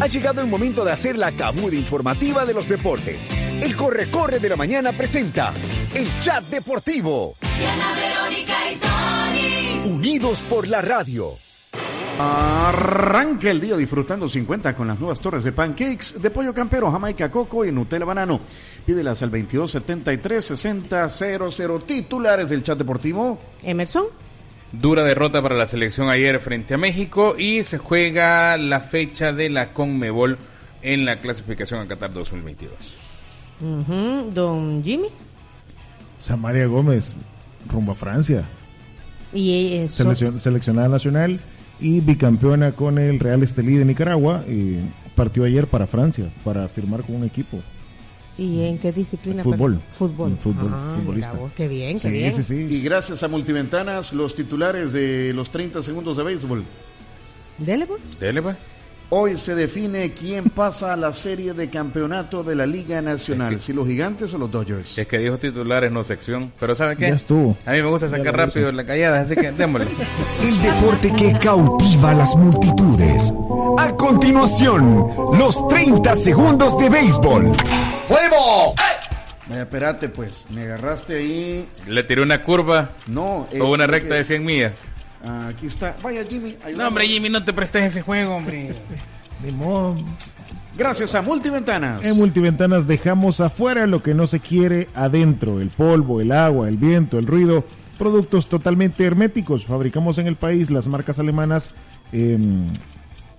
ha llegado el momento de hacer la cabuda informativa de los deportes. El Corre Corre de la Mañana presenta el Chat Deportivo. Diana, Verónica y Tony. Unidos por la radio. Arranca el día disfrutando 50 con las nuevas torres de pancakes de pollo campero, jamaica coco y Nutella banano. Pídelas al 2273-6000. Titulares del chat deportivo. Emerson. Dura derrota para la selección ayer frente a México y se juega la fecha de la Conmebol en la clasificación a Qatar 2022. Ujú. Don Jimmy. Samaria Gómez, rumbo a Francia, Y eso. seleccion- seleccionada nacional y bicampeona con el Real Estelí de Nicaragua, y partió ayer para Francia para firmar con un equipo. ¿Y en qué disciplina? Fútbol. perdón? Fútbol. Mm, fútbol, Ah, futbolista. mira vos, qué bien, qué Sí, bien. sí, sí. Y gracias a Multiventanas, los titulares de los 30 segundos de béisbol. Dele, pues. Dele, pues. Hoy se define quién pasa a la serie de campeonato de la Liga Nacional, Es que- si los gigantes o los Dodgers. Es que dijo titulares, no sección. Pero ¿sabe qué? Ya estuvo. A mí me gusta sacar rápido la callada, así que démosle. El deporte que cautiva a las multitudes. A continuación, los 30 segundos de béisbol. Eh, espérate, pues, me agarraste ahí. Le tiré una curva No, eh, o una creo recta que- de 100 millas. Ah, Aquí está. Vaya, Jimmy. ayúdame. No, hombre, Jimmy, no te prestes ese juego, hombre. Ni modo. Gracias a Multiventanas. Eh, Pues, En multiventanas dejamos afuera lo que no se quiere adentro, el polvo, el agua, el viento, el ruido, productos totalmente herméticos. Fabricamos en el país las marcas alemanas em,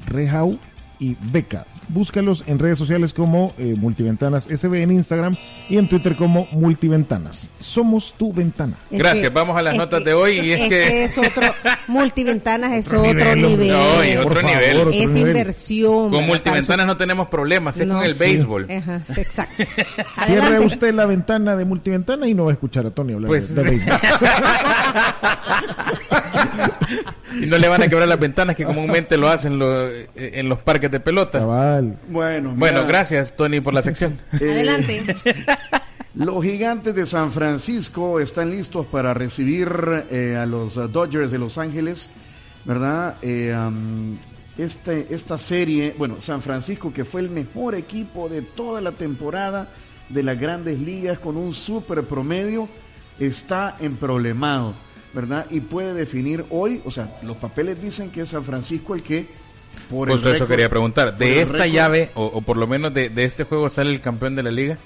Rehau y Beca. Búscalos en redes sociales como eh, Multiventanas SB en Instagram y en Twitter como Multiventanas. Somos tu ventana. Es Gracias, vamos a las es notas que- de hoy y es que- es otro. Multiventanas es otro, nivel. nivel, hombre. No, y otro Por favor, nivel. otro es nivel. inversión. Con ¿verdad? multiventanas no tenemos problemas, Para es eso- con el No, béisbol. sí. Eh. Ajá, exacto. Cierre Adelante. usted la ventana de multiventana y no va a escuchar a Tony hablar Pues- de, de béisbol. Y no le van a quebrar las ventanas que comúnmente lo hacen lo- eh, en los parques de pelota. Cabal. Bueno, Bueno, mira, gracias, Tony, por la sección. eh, Adelante. Los gigantes de San Francisco están listos para recibir eh, a los eh, Dodgers de Los Ángeles, ¿verdad? Eh, am, este, esta serie, bueno, San Francisco que fue el mejor equipo de toda la temporada de las grandes ligas con un super promedio, está en problemado, ¿verdad? Y puede definir hoy, o sea, los papeles dicen que es San Francisco el que... Por el Justo eso récord- quería preguntar. por ¿De el esta récord- llave, o, o por lo menos de, de este juego, sale el campeón de la liga?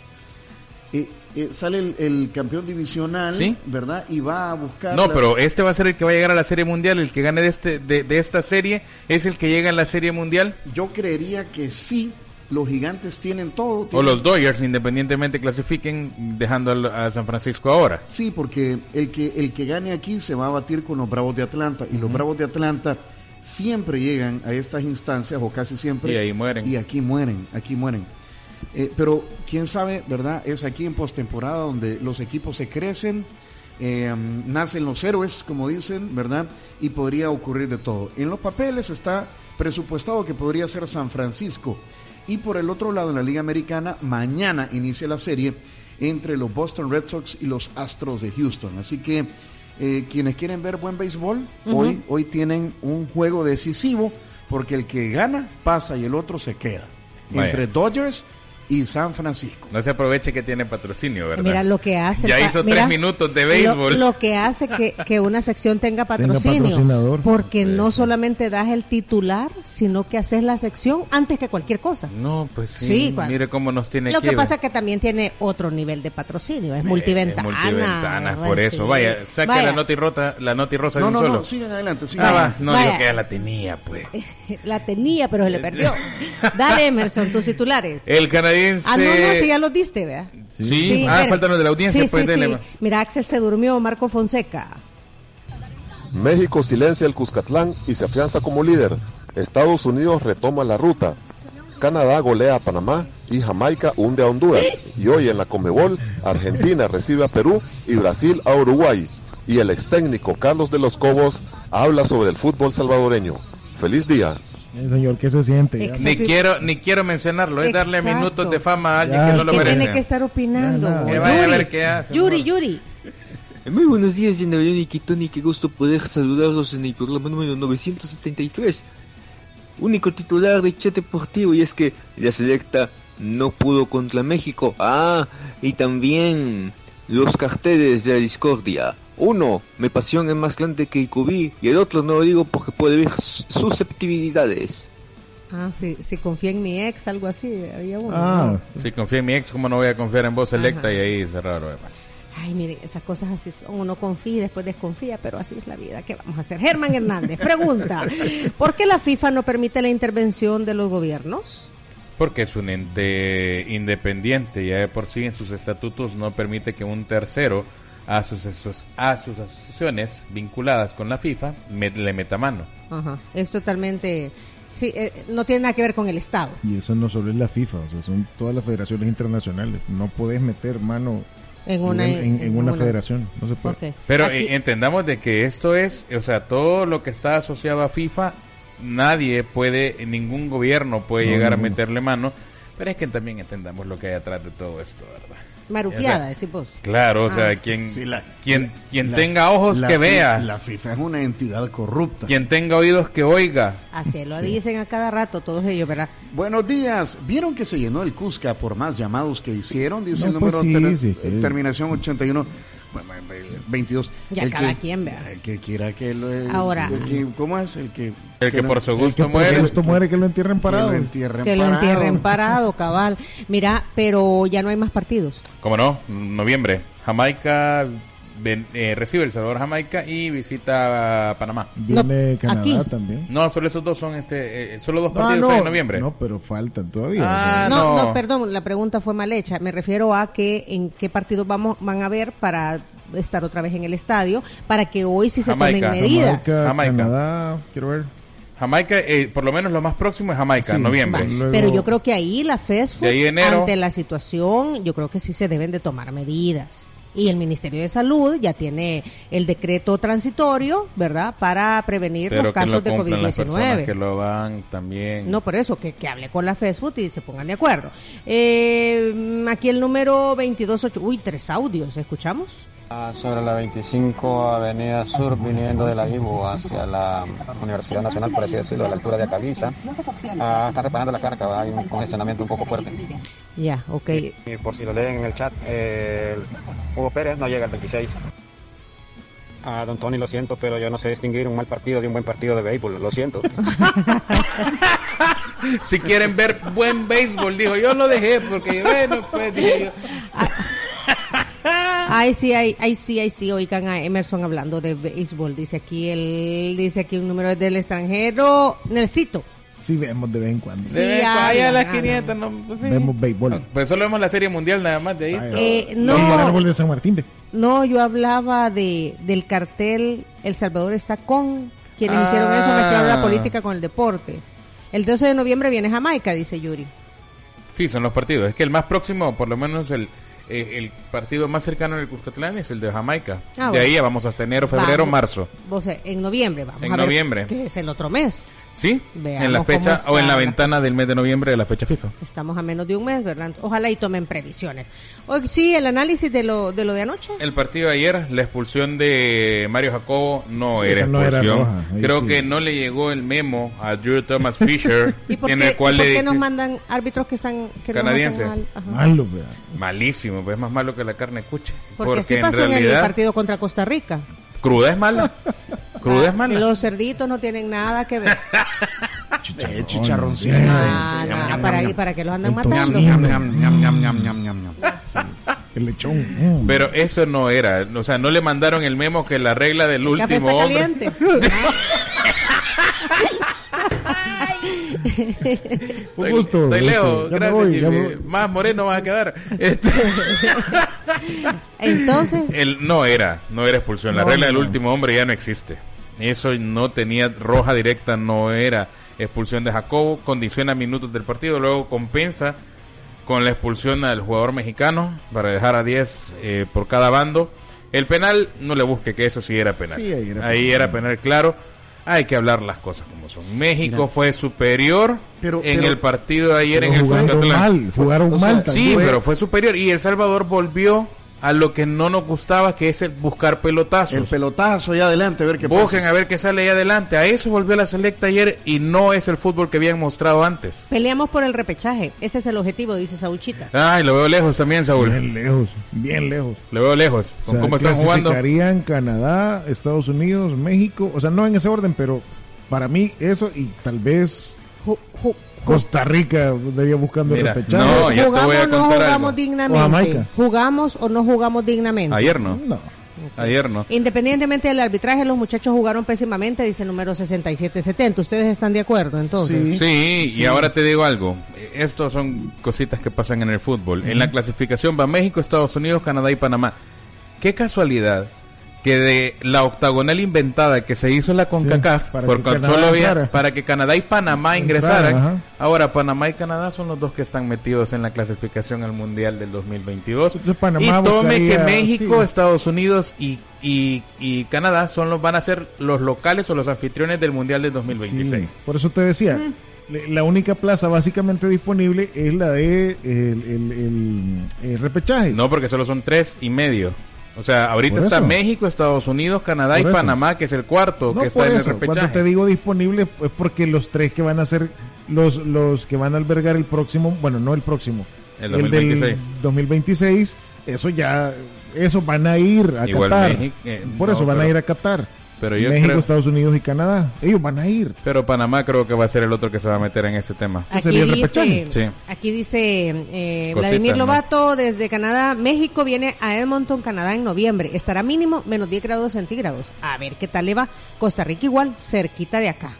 Eh, eh, sale el, el campeón divisional, Sí. ¿verdad? Y va a buscar. No, la- pero este va a ser el que va a llegar a la Serie Mundial. El que gane de, este, de, de esta serie es el que llega a la Serie Mundial. Yo creería que sí, los gigantes tienen todo. O tienen- los Dodgers, independientemente, clasifiquen dejando al- a San Francisco ahora. Sí, porque el que, el que gane aquí se va a batir con los Bravos de Atlanta. Y los Bravos de Atlanta siempre llegan a estas instancias, o casi siempre. Y ahí mueren. Y aquí mueren, aquí mueren. Eh, pero quién sabe, ¿verdad? Es aquí en postemporada donde los equipos se crecen, eh, nacen los héroes, como dicen, ¿verdad? Y podría ocurrir de todo. En los papeles está presupuestado que podría ser San Francisco. Y por el otro lado, en la Liga Americana, mañana inicia la serie entre los Boston Red Sox y los Astros de Houston. Así que eh, quienes quieren ver buen béisbol, hoy, hoy tienen un juego decisivo porque el que gana pasa y el otro se queda. Vaya. Entre Dodgers y San Francisco. No se aproveche que tiene patrocinio, ¿verdad? Mira lo que hace. Ya pa- hizo mira, tres minutos de lo- béisbol. Lo, que hace que, que una sección tenga Tenga patrocinio. patrocinador. Porque no solamente das el titular, sino que haces la sección antes que cualquier cosa. No, pues sí. Sí, Juan. mire cómo nos tiene Lo aquí. que ¿verdad? pasa es que también tiene otro nivel de patrocinio, es Eh, multiventana. multiventanas, por pues, eso. sí. Vaya, saca Vaya, la nota y rota, la nota y rosa de No, un no, solo. no, sigan adelante, sigan Ah, va, adelante. no, Vaya. yo que ya la tenía, pues. La tenía, pero se le perdió. Dale, Emerson, tus titulares. El canadiense. Ah, no, no, si ya los diste, vea. Sí. Ah, espera. faltan los de la audiencia, pues, dele, va. Mira, Axel se durmió, Marco Fonseca. México silencia el Cuscatlán y se afianza como líder. Estados Unidos retoma la ruta. Canadá golea a Panamá y Jamaica hunde a Honduras. Y hoy en la Comebol, Argentina recibe a Perú y Brasil a Uruguay. Y el ex técnico Carlos de los Cobos habla sobre el fútbol salvadoreño. Feliz día. Eh, señor, ¿qué se siente? Ya. Ex- Ni Exacto. quiero, ni quiero mencionarlo, es darle Exacto. minutos de fama a alguien que Ya. no lo ¿Qué que merece. tiene que estar opinando. Ya, nada. Que vaya a ver qué hace, Yuri, amor. Yuri. Eh, Muy buenos días, Diana Verónica y Tony, qué gusto poder saludarlos en el programa número 973. único titular de Chat Deportivo y es que la selecta no pudo contra México. Ah, y también los carteles de la discordia. Uno, mi pasión es más grande que el cubí y el otro no lo digo porque puede ver sus- susceptibilidades. Ah, sí, si confía en mi ex, algo así. Había uno. Ah, ¿no? Si confía en mi ex, ¿cómo no voy a confiar en vos, Selecta? Ajá. Y ahí cerrar lo demás. Ay, miren, esas cosas así son. Uno confía y después desconfía, pero así es la vida. ¿Qué vamos a hacer? Germán Hernández, pregunta. ¿Por qué la FIFA no permite la intervención de los gobiernos? Porque es un ente independiente, ya de por sí en sus estatutos no permite que un tercero a sus, aso- a sus asociaciones vinculadas con la FIFA me- le meta mano. Ajá, es totalmente... Sí, eh, no tiene nada que ver con el Estado. y eso no solo es la FIFA, o sea, son todas las federaciones internacionales. No puedes meter mano En una, en, en- en una federación, no se puede. Ok. Pero Aquí- eh, entendamos de que esto es, o sea, todo lo que está asociado a FIFA, nadie puede, ningún gobierno puede No, llegar a ninguno. meterle mano. Pero es que también entendamos lo que hay atrás de todo esto, ¿verdad? Marufiada, o sea, decís vos. Claro, o sea, Ah. quien, Sí, la- quien, quien la- tenga ojos la que fi- vea, La FIFA es una entidad corrupta. quien tenga oídos que oiga. Así lo dicen a cada rato todos ellos, ¿verdad? Buenos días. ¿Vieron que se llenó el Cusca por más llamados que hicieron? Dice el No, pues número sí, ter- sí, eh, sí. terminación 81. bueno, el 22. Ya El cada que- quien, ¿verdad? El que quiera que lo. el Ahora. que- ¿Cómo es? El que. El que no- por su El que gusto por muere. gusto muere que lo entierren que parado. lo entierren Que lo parado. entierren parado, cabal. Mira, pero ya no hay más partidos. ¿Cómo no? Noviembre. Jamaica ven- eh, recibe El Salvador Jamaica y visita ah, Panamá. Viene No, Canadá aquí. también. No, solo esos dos son este, eh, solo dos Ah, partidos no, hay en noviembre. no, pero faltan todavía. Ah, o sea, no, no. no, perdón, la pregunta fue mal hecha. Me refiero a que en qué partidos vamos, van a ver para estar otra vez en el estadio, para que hoy sí se Jamaica. tomen medidas. Jamaica, Jamaica. Canadá, quiero ver. Jamaica, eh, por lo menos lo más próximo es Jamaica, Sí, noviembre. va. Luego- Pero yo creo que ahí la FESFU, De ahí enero. ante la situación, yo creo que sí se deben de tomar medidas. Y el Ministerio de Salud ya tiene el decreto transitorio, ¿verdad?, para prevenir Pero los que lo casos de cumplan las personas que COVID-19. lo dan también. No, por eso, que, que hable con la FESFUT y se pongan de acuerdo. Eh, aquí el número 228. Uy, tres audios, ¿escuchamos? Ah, Sobre la 25 Avenida Sur, viniendo de la IBU hacia la Universidad Nacional, por así decirlo, a la altura de Acavisa, ah, están reparando la carga, hay un congestionamiento un poco fuerte. Ya, ok. Y por si lo leen en el chat, eh, Hugo Pérez no llega al 26. Ah, don Tony, lo siento, pero yo no sé distinguir un mal partido de un buen partido de béisbol, lo siento. Si quieren ver buen béisbol, dijo, yo lo dejé porque, bueno, pues dije yo. Ay, sí, ay, ay, sí, ay, sí, oigan a Emerson hablando de béisbol. Dice aquí el, dice aquí un número del extranjero, Nelsito. Sí, vemos de vez en cuando. Sí, Eh, hablan, ahí a las hablan. 500, no, pues, sí. Vemos béisbol. Pues solo vemos la serie mundial nada más de ahí. Ay, Eh, No, no. el árbol de San Martín. ve. No, yo hablaba de, del cartel El Salvador está con quienes Ah. hicieron eso, mezclaron la política con el deporte. El 12 de noviembre viene Jamaica, dice Yuri. Sí, son los partidos. Es que el más próximo, por lo menos el, eh, el partido más cercano en el Cuscatlán es el de Jamaica. Ah, de bueno. ahí ya vamos hasta enero, febrero, Vamos. marzo. O sea, en noviembre, vamos En a ver, noviembre. Que es el otro mes. ¿Sí? Veamos en la cómo fecha está o en la la- ventana del mes de noviembre de la fecha FIFA. Estamos a menos de un mes, ¿verdad? Ojalá y tomen previsiones. Hoy sí, el análisis de lo de, lo de anoche. El partido de ayer, la expulsión de Mario Jacobo no Esa era no era expulsión. roja, ahí Creo sí. que no le llegó el memo a Drew Thomas Fisher, ¿Y por en qué, el cual y por le qué nos dice- mandan árbitros que están que nos Canadiense. hacen mal? Ajá. Malo, vea. malísimo, pues es más malo que la carne escuche. Porque, así pasó en el partido contra Costa Rica. cruda es mala. Cruda es mala. Ah, Los cerditos no tienen nada que ver. Eh, Chicharroncito. Chicharroncito. Ah, sí, no, ñam, ñam, para, ñam. y para que los andan El matando. tocino. Ñam, ñam, ñam, ñam, ñam, ñam, ñam, ñam. El lechón. mm. Pero eso no era, o sea, no le mandaron el memo que la regla del El café último está hombre. caliente. Ah, Estoy, estoy Un gusto, un gusto. leo, Ya me gracias, voy, Jimmy. ya me voy. Más moreno vas a quedar. Este- Entonces, El, no era, no era expulsión. La No, regla del no. último hombre ya no existe. Eso no tenía roja directa, no era expulsión de Jacobo. Condiciona minutos del partido, luego compensa con la expulsión al jugador mexicano para dejar a 10 eh, por cada bando. El penal, no le busque que eso sí era penal. Sí, ahí era ahí penal. era penal, claro. Hay que hablar las cosas como son. México fue superior Pero- en pero- el partido de ayer Pero en el jugaron Cuscatlán. mal, jugaron O sea, mal Sí, también. pero fue superior. Y El Salvador volvió a lo que no nos gustaba, que es el buscar pelotazos. El pelotazo allá adelante, a ver qué Busquen a ver qué sale ahí adelante. A eso volvió la selecta ayer y no es el fútbol que habían mostrado antes. Peleamos por el repechaje. Ese es el objetivo, dice Sauchitas. Ay, lo veo lejos también, Saúl. Bien lejos, bien lejos. Lo veo lejos. O Con sea, cómo están jugando. clasificarían Canadá, Estados Unidos, México, o sea, no en ese orden, pero para mí eso y tal vez Ju- ju- Costa Rica estaría buscando Mira, repechaje. no, ya te ¿Jugamos voy a o no contar jugamos algo. O dignamente? Jamaica. ¿Jugamos o no jugamos dignamente? Ayer no. No. Ayer no. Independientemente del arbitraje, los muchachos jugaron pésimamente, dice el número 6770. ¿Ustedes están de acuerdo entonces? Sí, y ahora te digo algo. Estos son cositas que pasan en el fútbol. En la clasificación va México, Estados Unidos, Canadá y Panamá. Qué casualidad que de la octagonal inventada que se hizo en la CONCACAF, para por que con- Canadá solo había- entrara. para que Canadá y Panamá Entraran, ingresaran, ajá. ahora Panamá y Canadá son los dos que están metidos en la clasificación al Mundial del 2022. Entonces, Panamá y tome buscaría- que México, sí. Estados Unidos y, y- y Canadá son los van a ser los locales o los anfitriones del Mundial del 2026. Sí, por eso te decía, le- la única plaza básicamente disponible es la de el, el- el- el repechaje. No, porque solo son tres y medio. O sea, ahorita Por está eso. México, Estados Unidos, Canadá y Por eso. Panamá, que es el cuarto No, que está por en el eso. Cuando te repechaje. digo disponible es porque los tres que van a ser los los que van a albergar el próximo, bueno, no el próximo, El del 2026. 2026, eso ya eso van a ir a Igual Qatar. México, eh, por eso no, van a pero- ir a Qatar. pero yo México, creo- Estados Unidos y Canadá, ellos van a ir. Pero Panamá creo que va a ser el otro que se va a meter en este tema. Aquí Sería el dice, repechaje. Sí. aquí dice eh, Cositas, Vladimir ¿no? Lobato desde Canadá. México viene a Edmonton, Canadá en noviembre. Estará mínimo menos 10 grados centígrados. A ver qué tal le va. Costa Rica igual, cerquita de acá.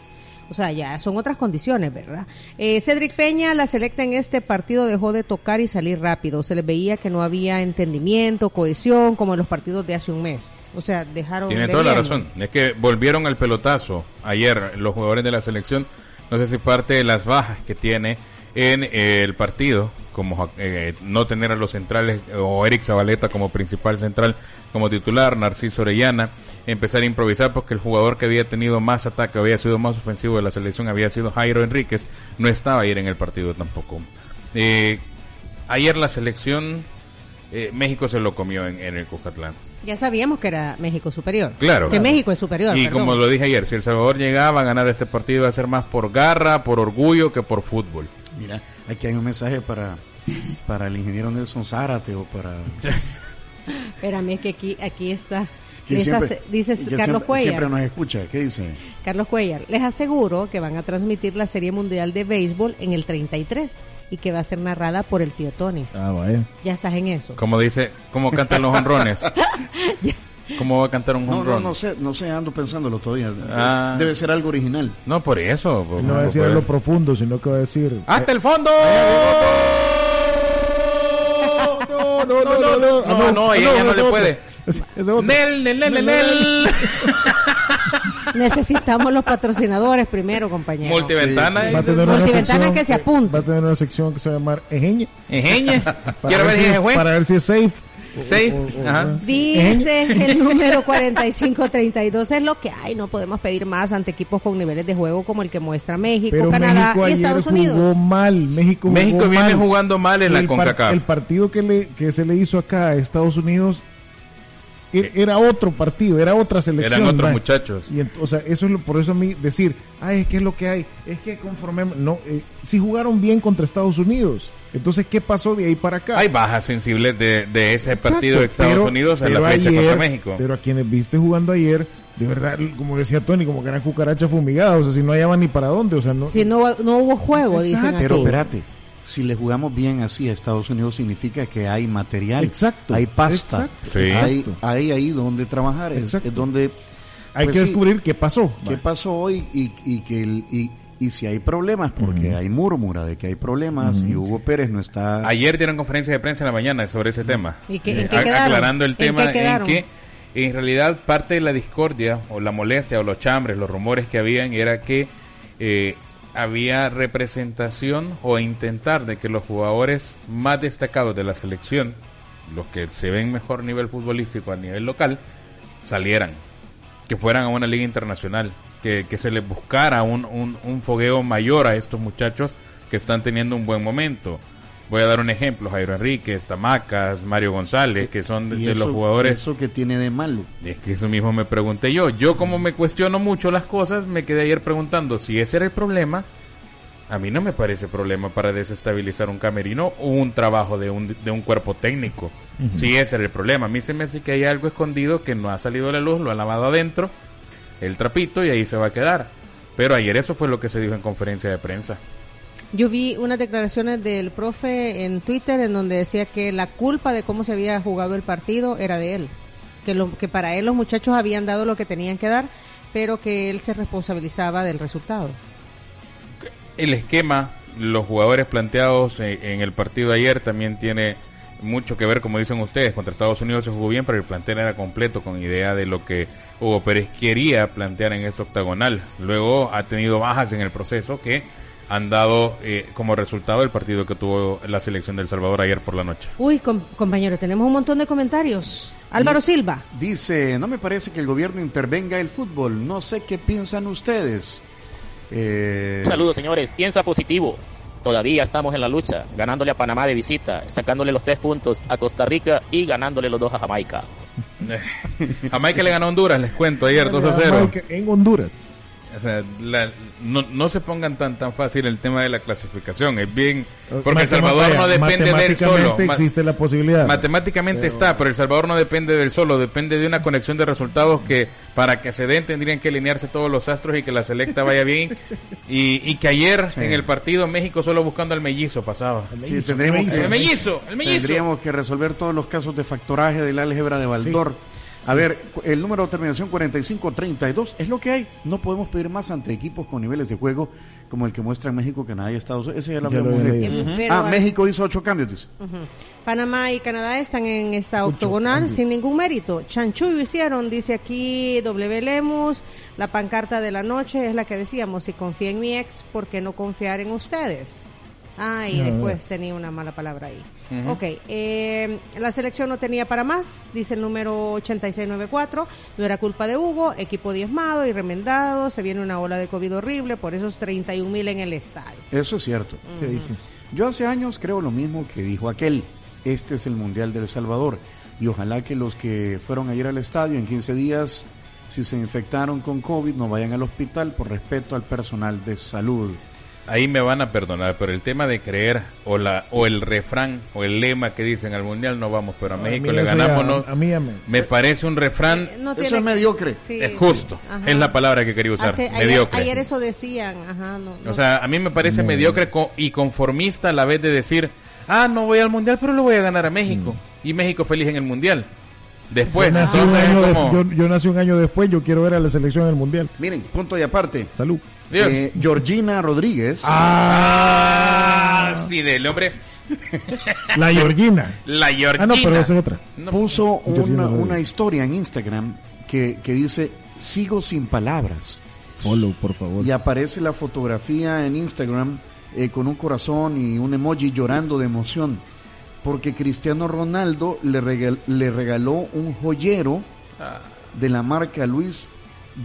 O sea, ya son otras condiciones, ¿verdad? Eh, Cedric Peña, la selecta en este partido dejó de tocar y salir rápido. Se les veía que no había entendimiento, cohesión, como en los partidos de hace un mes. O sea, dejaron... Tiene toda la debiendo. razón. Es que volvieron al pelotazo ayer los jugadores de la selección. No sé si parte de las bajas que tiene en eh, el partido, como ja- eh, no tener a los centrales eh, o Eric Zabaleta como principal central, como titular, Narciso Orellana, empezar a improvisar porque el jugador que había tenido más ataque, había sido más ofensivo de la selección, había sido Jairo Enríquez, no estaba ayer en el partido tampoco. Eh, ayer la selección, eh, México se lo comió en, en el Cuscatlán. Ya sabíamos que era México superior. Claro. Que Claro. México es superior. Y perdón. como lo dije ayer, si El Salvador llegaba a ganar este partido, iba a ser más por garra, por orgullo que por fútbol. Mira, aquí hay un mensaje para, para el ingeniero Nelson Zárate o para... Pero a mí es que aquí, aquí está. que Les siempre- hace- dice que Carlos siempre- Cuellar. Siempre nos escucha, ¿qué dice? Carlos Cuellar, les aseguro que van a transmitir la Serie Mundial de Béisbol en el 33 y que va a ser narrada por el tío Tonis. Ah, vaya. Ya estás en eso. Como dice, como cantan los honrones. ¿Cómo va a cantar un No, no, honrón? no sé, no sé, ando pensándolo todavía. Ah. Debe ser algo original. No, por eso. por- No va a decir por a lo Eh, eso. profundo, sino que va a decir ¡Hasta el fondo! No, no, no, no, no, Ah, no, no, ah, ella no ese le otro. puede. Ese- ese otro. ¡Nel, nel, nel, nel, nel! Necesitamos los patrocinadores primero, compañero. Multiventana. Va a tener una Multiventanas sección que se apunten. Va a tener una sección que se va a llamar Ejeñe. Ejeñe. Para Quiero ver si si es- se fue. Para ver si es safe. Safe. Ajá. Dice ¿Eh? el número 4532 es lo que hay, no podemos pedir más ante equipos con niveles de juego como el que muestra México, Pero Canadá México y ayer Estados jugó Unidos. mal. México, jugó México viene mal. jugando mal en la El par- CONCACAF. El partido que, le, que se le hizo acá a Estados Unidos e- era otro partido, era otra selección. Eran otros man. muchachos. Y ent- o sea, eso es lo, por eso a mí decir, ay, es que es lo que hay, es que conformemos. No, eh, si jugaron bien contra Estados Unidos, entonces, ¿qué pasó de ahí para acá? Hay bajas sensibles de, de ese partido de Exacto, Estados pero- Unidos a la pero fecha ayer- contra México. Pero a quienes viste jugando ayer, de verdad, como decía Tony, como que eran cucarachas fumigadas, o sea, si no hallaban ni para dónde, o sea, no. Si no, no hubo juego, dicen aquí. Pero espérate, si le jugamos bien así a Estados Unidos significa que hay material, Exacto, hay pasta, exacto, Sí. hay, exacto. hay ahí donde trabajar, es, Exacto. es donde Hay pues que sí, descubrir qué pasó. qué Va. pasó hoy y, y que el- y, y si hay problemas, porque hay murmura de que hay problemas y Hugo Pérez no está... Ayer dieron conferencia de prensa en la mañana sobre ese tema. ¿Y qué- en Eh, qué a- quedaron? Aclarando el ¿En tema qué en, quedaron? que en realidad parte de la discordia o la molestia o los chambres, los rumores que habían era que eh, había representación o intentar de que los jugadores más destacados de la selección, los que se ven mejor nivel futbolístico a nivel local, salieran, que fueran a una liga internacional, que, que se les buscara un, un, un fogueo mayor a estos muchachos que están teniendo un buen momento. Voy a dar un ejemplo, Jairo Enríquez, Tamacas, Mario González, que son de, Y de los eso- jugadores. Eso que tiene de malo. Es que eso mismo me pregunté yo. Yo como me cuestiono mucho las cosas, me quedé ayer preguntando si ese era el problema. A mí no me parece problema para desestabilizar un camerino o un trabajo de un, de un cuerpo técnico. Si ese era el problema. A mí se me hace que hay algo escondido que no ha salido a la luz, lo han lavado adentro, el trapito y ahí se va a quedar. Pero ayer eso fue lo que se dijo en conferencia de prensa. Yo vi unas declaraciones del profe en Twitter en donde decía que la culpa de cómo se había jugado el partido era de él, que, lo, que para él los muchachos habían dado lo que tenían que dar, pero que él se responsabilizaba del resultado. el esquema, los jugadores planteados eh, en el partido de ayer también tiene mucho que ver, como dicen ustedes, contra Estados Unidos se jugó bien, pero el plantel era completo con idea de lo que Hugo Pérez quería plantear en este octagonal. Luego ha tenido bajas en el proceso que han dado eh, como resultado el partido que tuvo la selección del Salvador ayer por la noche. Uy, com- compañero, tenemos un montón de comentarios. Álvaro Y- Silva. Dice, no me parece que el gobierno intervenga el fútbol. No sé qué piensan ustedes. Eh, Saludos, señores. Piensa positivo. Todavía estamos en la lucha, ganándole a Panamá de visita, sacándole los tres puntos a Costa Rica y ganándole los dos a Jamaica. Jamaica le ganó a Honduras, les cuento, ayer 2 a 0. Jamaica En Honduras. O sea, la- no, no se pongan tan tan fácil el tema de la clasificación, es bien, porque El Salvador no depende de él solo. Matemáticamente Ma- existe la posibilidad. Matemáticamente está, pero El Salvador no depende del solo, depende de una conexión de resultados que para que se den tendrían que alinearse todos los astros y que la selecta vaya bien. Y, y que ayer en el partido México solo buscando al mellizo pasaba. sí, tendríamos El que, mellizo, el mellizo. tendríamos que resolver todos los casos de factoraje del álgebra de Baldor. A ver, cu- el número de terminación 4532 es lo que hay. No podemos pedir más ante equipos con niveles de juego como el que muestra México, Canadá y Estados Unidos. Ese ya lo Ya lo habíamos había leído. leído. Pero Ah, al- México hizo ocho cambios, dice. Panamá y Canadá están en esta octogonal sin ningún mérito. Chanchullo hicieron, dice aquí W. Lemus. La pancarta de la noche es la que decíamos: si confía en mi ex, ¿por qué no confiar en ustedes? Ah, y Ya, después tenía una mala palabra ahí. Ok, eh, la selección no tenía para más, dice el número 8694. No era culpa de Hugo, equipo diezmado y remendado. Se viene una ola de COVID horrible por esos 31 mil en el estadio. Eso es cierto. Se dice. Yo hace años creo lo mismo que dijo aquel. Este es el Mundial del Salvador. Y ojalá que los que fueron ayer al estadio en 15 días, si se infectaron con COVID, no vayan al hospital por respeto al personal de salud. Ahí me van a perdonar, pero el tema de creer o la o el refrán o el lema que dicen al mundial no vamos, pero a A México mí le eso ya- ganamos. no. a mí ya me- me parece un refrán Eh, No Eso tiene- es mediocre. Sí. es justo, Ajá. es la palabra que quería usar. Hace- ayer, mediocre. ayer eso decían, ajá, no, no. O sea, a mí me parece mediocre co- y conformista a la vez de decir, ah, no voy al mundial, pero lo voy a ganar a México. Y México feliz en el mundial. Después, Mm. Yo nací, un Pues, entonces año es de- como, yo- yo nací un año después, yo quiero ver a la selección en el Mundial. Miren, punto y aparte. Salud. Dios. Eh, Georgina Rodríguez. ah, sí, del hombre, La Georgina. la Georgina. Ah, no, pero esa es otra. No, puso Georgina una, Rodríguez. una historia en Instagram que, que dice, sigo sin palabras. Follow, por favor. Y aparece la fotografía en Instagram eh, con un corazón y un emoji llorando de emoción. Porque Cristiano Ronaldo le, regal- le regaló un joyero Ah, de la marca Luis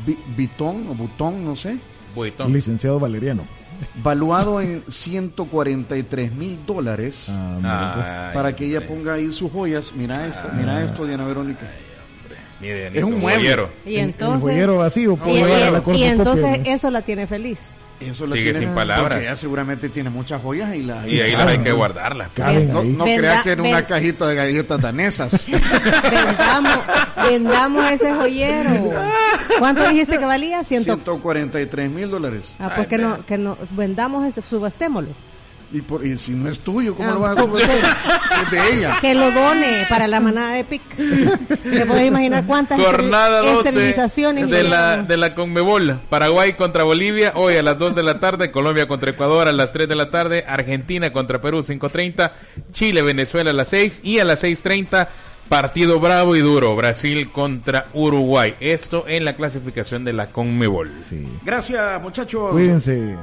Vi- Vuitton o Butón, no sé, Buitón. Licenciado Valeriano. valuado en 143 mil dólares Ah, mira, Ay, Ah. para que ella hombre. ponga ahí sus joyas. Mira esto, mira esto, Diana Verónica. Mire, Es un Nito, mueble. joyero. y el- El entonces, joyero vacío. y, puedo llevar a la y- cornucopia, y entonces ¿no? eso la tiene feliz. Eso la Sigue tiene- sin palabras. porque ella seguramente tiene muchas joyas y las... Y ahí la las hay Ah, que no. guardarlas. Caben No, ahí. no Venda- creas que en una ven- cajita de galletas danesas. Vendamos, vendamos ese joyero. ¿Cuánto dijiste que valía? Ciento... 143 mil dólares. Ah, pues que no, que no, vendamos ese, subastémoslo. Y, por- y si no es tuyo, ¿cómo Ah, lo vas a comprar? Es de ella. Que lo done para la manada de PIC. ¿Te puedes imaginar cuántas Jornada esteril- 12 esterilizaciones de la, llevamos? de la Conmebol. Paraguay contra Bolivia, hoy a las 2 de la tarde. Colombia contra Ecuador a las 3 de la tarde. Argentina contra Perú, 5.30. Chile, Venezuela a las 6. Y a las 6.30, partido bravo y duro. Brasil contra Uruguay. Esto en la clasificación de la Conmebol. Sí. Gracias, muchachos. Cuídense.